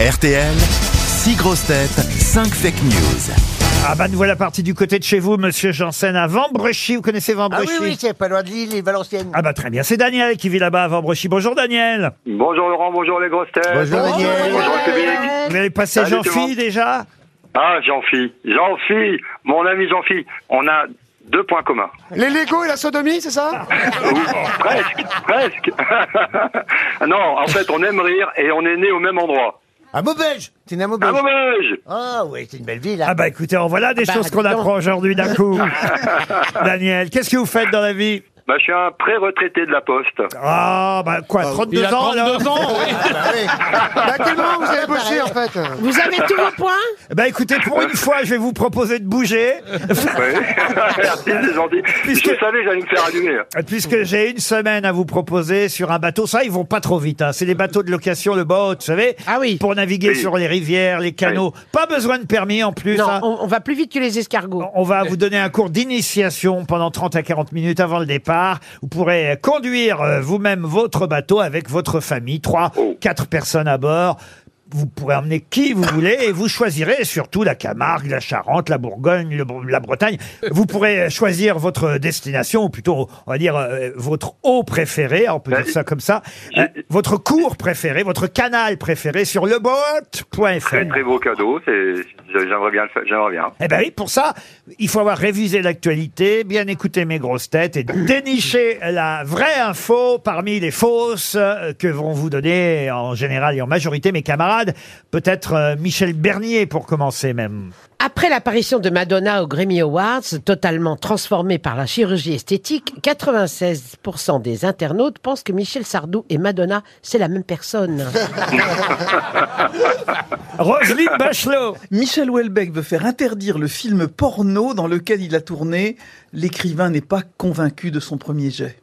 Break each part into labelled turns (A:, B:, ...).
A: RTL, 6 grosses têtes, 5 fake news.
B: Ah bah nous voilà partis du côté de chez vous, Monsieur Janssen, à Vambrechy. Vous connaissez
C: Ah
B: Vambrechy
C: oui, oui, c'est pas loin de Lille et Valenciennes.
B: Ah bah très bien, c'est Daniel qui vit là-bas à Vambrechy. Bonjour Daniel
D: Bonjour Laurent, bonjour les grosses têtes.
C: Bonjour, Daniel.
D: Bonjour le public.
B: Vous avez passé
D: Salut, tout le
B: Jean-Phi
D: monde.
B: déjà
D: Ah, Jean-Phi, Jean-Phi, mon ami Jean-Phi, on a deux points communs.
E: Les Lego et la sodomie, c'est ça
D: Oui, presque, presque. non, en fait, on aime rire et on est né au même endroit.
C: À Maubeuge T'es né à
D: Un
E: Ah
C: Maubeuge
D: hommage
C: Ah oui, c'est une belle ville. hein.
B: Ah bah écoutez, en voilà des
C: bah,
B: choses qu'on
C: dis donc.
B: apprend aujourd'hui d'un coup. Daniel, qu'est-ce que vous faites dans la vie
D: bah, Je suis un pré-retraité de la Poste.
B: Ah bah quoi, 32 ans alors
C: Ah oui.
E: À quel moment vous avez bossé, en fait
F: Vous avez tous vos points
B: Bah écoutez, pour une fois, je vais vous proposer de bouger,
D: Oui. Merci, c'est gentil.
B: Puisque-
D: Je savais que j'allais me faire allumer.
B: puisque j'ai une semaine à vous proposer sur un bateau. Ça, ils vont pas trop vite. Hein. C'est des bateaux de location, le boat, vous savez
F: Ah oui.
B: Pour naviguer
D: Oui.
B: sur les rivières, les canaux. Pas besoin de permis en plus.
F: Non,
B: hein.
F: on, on va plus vite que les escargots.
B: On va vous donner un cours d'initiation pendant 30 à 40 minutes avant le départ. Vous pourrez conduire euh, vous-même votre bateau avec votre famille, trois,
D: Oh.
B: quatre personnes à bord. Vous pourrez emmener qui vous voulez et vous choisirez surtout la Camargue, la Charente, la Bourgogne, le Bre- la Bretagne. Vous pourrez choisir votre destination ou plutôt, on va dire, euh, votre eau préférée, on peut dire
D: Bah,
B: ça comme ça, Euh, votre cours préféré, votre canal préféré sur leboat.fr.
D: Très, très beau cadeau. c'est- J'aimerais bien le faire. J'aimerais bien.
B: Eh ben oui, pour ça, il faut avoir révisé l'actualité, bien écouté mes grosses têtes et dénicher la vraie info parmi les fausses euh, que vont vous donner en général et en majorité mes camarades. Peut-être euh, Michel Bernier pour commencer même.
F: Après l'apparition de Madonna au Grammy Awards, totalement transformée par la chirurgie esthétique, 96% des internautes pensent que Michel Sardou et Madonna, c'est la même personne.
B: Roselyne Bachelot.
G: Michel Houellebecq veut faire interdire le film porno dans lequel il a tourné. L'écrivain n'est pas convaincu de son premier jet.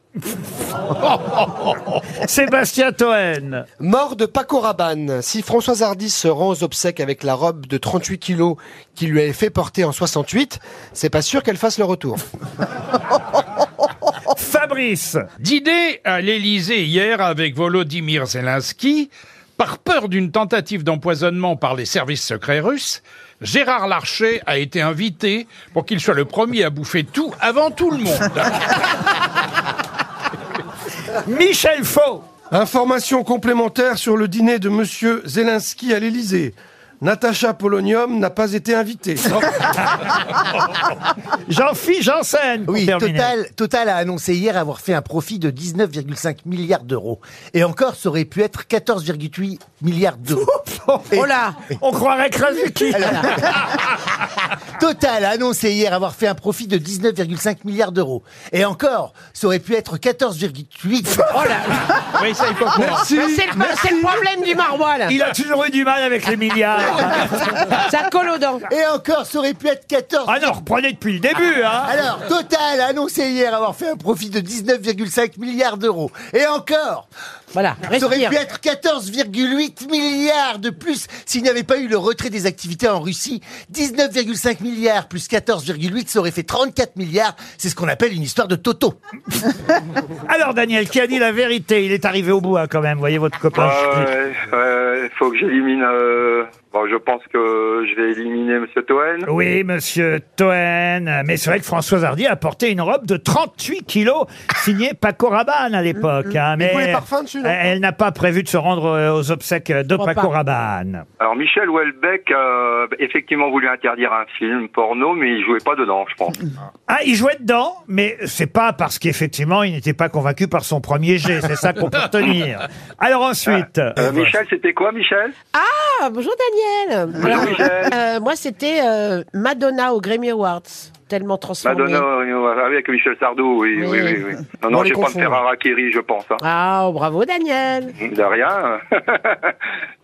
B: Sébastien Toen.
E: Mort de Paco Rabanne. Si Françoise Hardy se rend aux obsèques avec la robe de 38 kilos qu'il lui avait fait porter en 68, c'est pas sûr qu'elle fasse le retour.
B: Fabrice.
H: Dîner à l'Élysée hier avec Volodymyr Zelensky, par peur d'une tentative d'empoisonnement par les services secrets russes, Gérard Larcher a été invité pour qu'il soit le premier à bouffer tout avant tout le monde.
B: Michel Faux.
I: Information complémentaire sur le dîner de Monsieur Zelensky à l'Élysée. Natacha Polonium n'a pas été invitée.
B: Jean-Philippe Janssen. pour
C: Oui,
B: terminer.
C: Total, Total a annoncé hier avoir fait un profit de 19,5 milliards d'euros. Et encore, ça aurait pu être 14,8 milliards d'euros. Et
F: oh là
B: On croirait Krasuki.
C: Total a annoncé hier avoir fait un profit de 19,5 milliards d'euros. Et encore, ça aurait pu être 14,8.
I: Merci.
F: C'est le, c'est le problème du marois, là
B: Il a toujours eu du mal avec les milliards.
F: Ça colle aux dents
C: Et encore, ça aurait pu être 14.
B: Ah non, reprenez depuis le début, hein.
C: Alors, Total a annoncé hier avoir fait un profit de 19,5 milliards d'euros. Et encore,
F: Voilà,
C: ça aurait
F: respire
C: pu être 14,8 milliards de plus s'il n'y avait pas eu le retrait des activités en Russie. 19,5 milliards plus 14,8, ça aurait fait 34 milliards. C'est ce qu'on appelle une histoire de Toto.
B: Alors Daniel, qui a dit la vérité Il est arrivé au bout hein, quand même, voyez votre copain.
D: Ah, Ouais, ouais, ouais, faut que j'élimine. euh, Bon, je pense que je vais éliminer Monsieur Toen.
B: Oui, monsieur Toen. Mais c'est vrai que Françoise Hardy a porté une robe de 38 kilos signée Paco Rabanne à
E: Mm,
B: l'époque. hein, mais
E: voulait parfum dessus, non
B: elle n'a pas prévu de se rendre euh, aux obsèques de
F: crois
B: Paco
F: pas.
B: Rabanne.
D: Alors Michel Houellebecq euh, effectivement voulu interdire un film porno, mais il jouait pas dedans, je
E: Euh,
D: pense.
B: Ah, il jouait dedans, mais c'est pas parce qu'effectivement il n'était pas convaincu par son premier jet. C'est ça qu'on peut retenir. Alors ensuite,
D: Euh, Michel, c'était quoi, Michel
F: Ah, bonjour Daniel Alors,
D: Michel.
F: euh, Moi, c'était euh, Madonna au Grammy Awards, tellement transformée.
D: Madonna, euh, avec Michel Sardou, oui,
F: Oui.
D: oui, oui. oui. Non, non,
E: On les
D: je vais pas me
E: confond.
D: faire harakiri, je pense. Hein.
F: Ah, oh, bravo Daniel
D: De rien.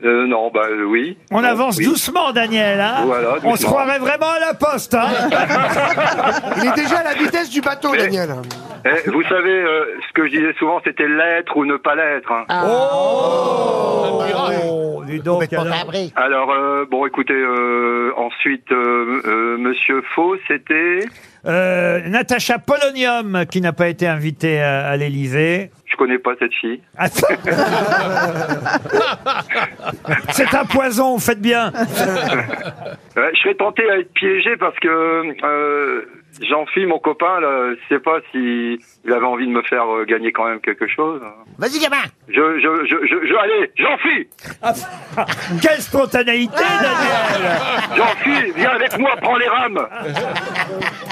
D: Euh, non, bah euh, oui.
B: on avance
D: Oui.
B: doucement, Daniel. hein.
D: Voilà,
B: On se
D: doucement.
B: croirait vraiment à la poste. hein.
E: Il est déjà à la vitesse du bateau,
D: Mais-
E: Daniel.
D: Eh, vous savez, euh, ce que je disais souvent, c'était l'être ou ne pas l'être. hein.
F: Ah.
B: Oh, Oh, dis donc, alors.
D: Alors, euh, bon, écoutez, euh, ensuite, euh, euh, Monsieur Faux, c'était...
B: Euh, Natacha Polonium, qui n'a pas été invitée à, à l'Élysée.
D: Je connais pas cette fille.
B: Ah, C'est un poison, faites bien.
D: Ouais, Euh, je serais tenté à être piégé parce que euh, Jean-Phi, mon copain, là, je sais pas si il avait envie de me faire euh, gagner quand même quelque chose. hein.
C: Vas-y, gamin
D: Je, je, je, je, je allez, Jean-Phi
B: Quelle spontanéité, Daniel
D: Jean-Phi, viens avec moi, prends les rames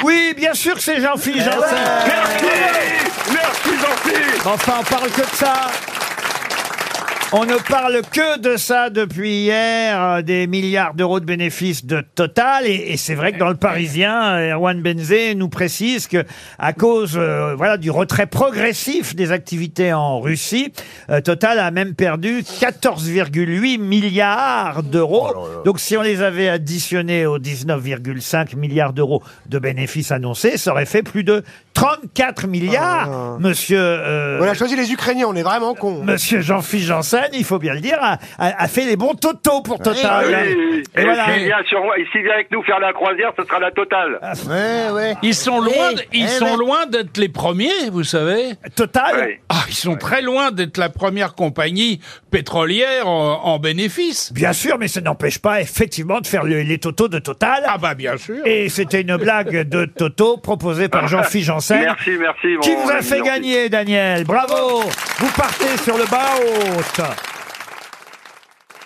B: Oui, bien sûr que c'est Jean-Philippe Janssen.
D: Merci Merci, Jean-Phi
B: Mais Enfin, on parle que de ça. On ne parle que de ça depuis hier, euh, des milliards d'euros de bénéfices de Total. Et, et c'est vrai que dans le Parisien, euh, Erwan Benzé nous précise que à cause euh, voilà, du retrait progressif des activités en Russie, euh, Total a même perdu 14,8 milliards d'euros. Donc si on les avait additionnés aux 19,5 milliards d'euros de bénéfices annoncés, ça aurait fait plus de 34 milliards, monsieur... euh,
E: On a choisi les Ukrainiens, on est vraiment cons.
B: Monsieur Jean-Philippe Janssen, il faut bien le dire, a, a- a fait les bons totos pour Total. Et
D: Oui, et
B: Ah, voilà. Ah,
D: s'il vient, sur- et s'il vient avec nous faire la croisière, ce sera la totale.
C: Ouais, ouais.
H: Ils sont loin, d- ils
C: eh
H: sont
C: ben.
H: loin d'être les premiers, vous savez.
B: Total
D: Oui.
H: Ah, ils sont très loin d'être la première compagnie pétrolière en, en bénéfice.
B: Bien sûr, mais ça n'empêche pas effectivement de faire le- les totos de Total.
H: Ah bah bien sûr.
B: Et c'était une blague de Toto proposée par Jean-Philippe Janssen.
D: Merci, merci.
B: Qui
D: mon
B: vous a
D: ami
B: fait
D: Jean-Phi.
B: gagner, Daniel Bravo Vous partez sur le bas haut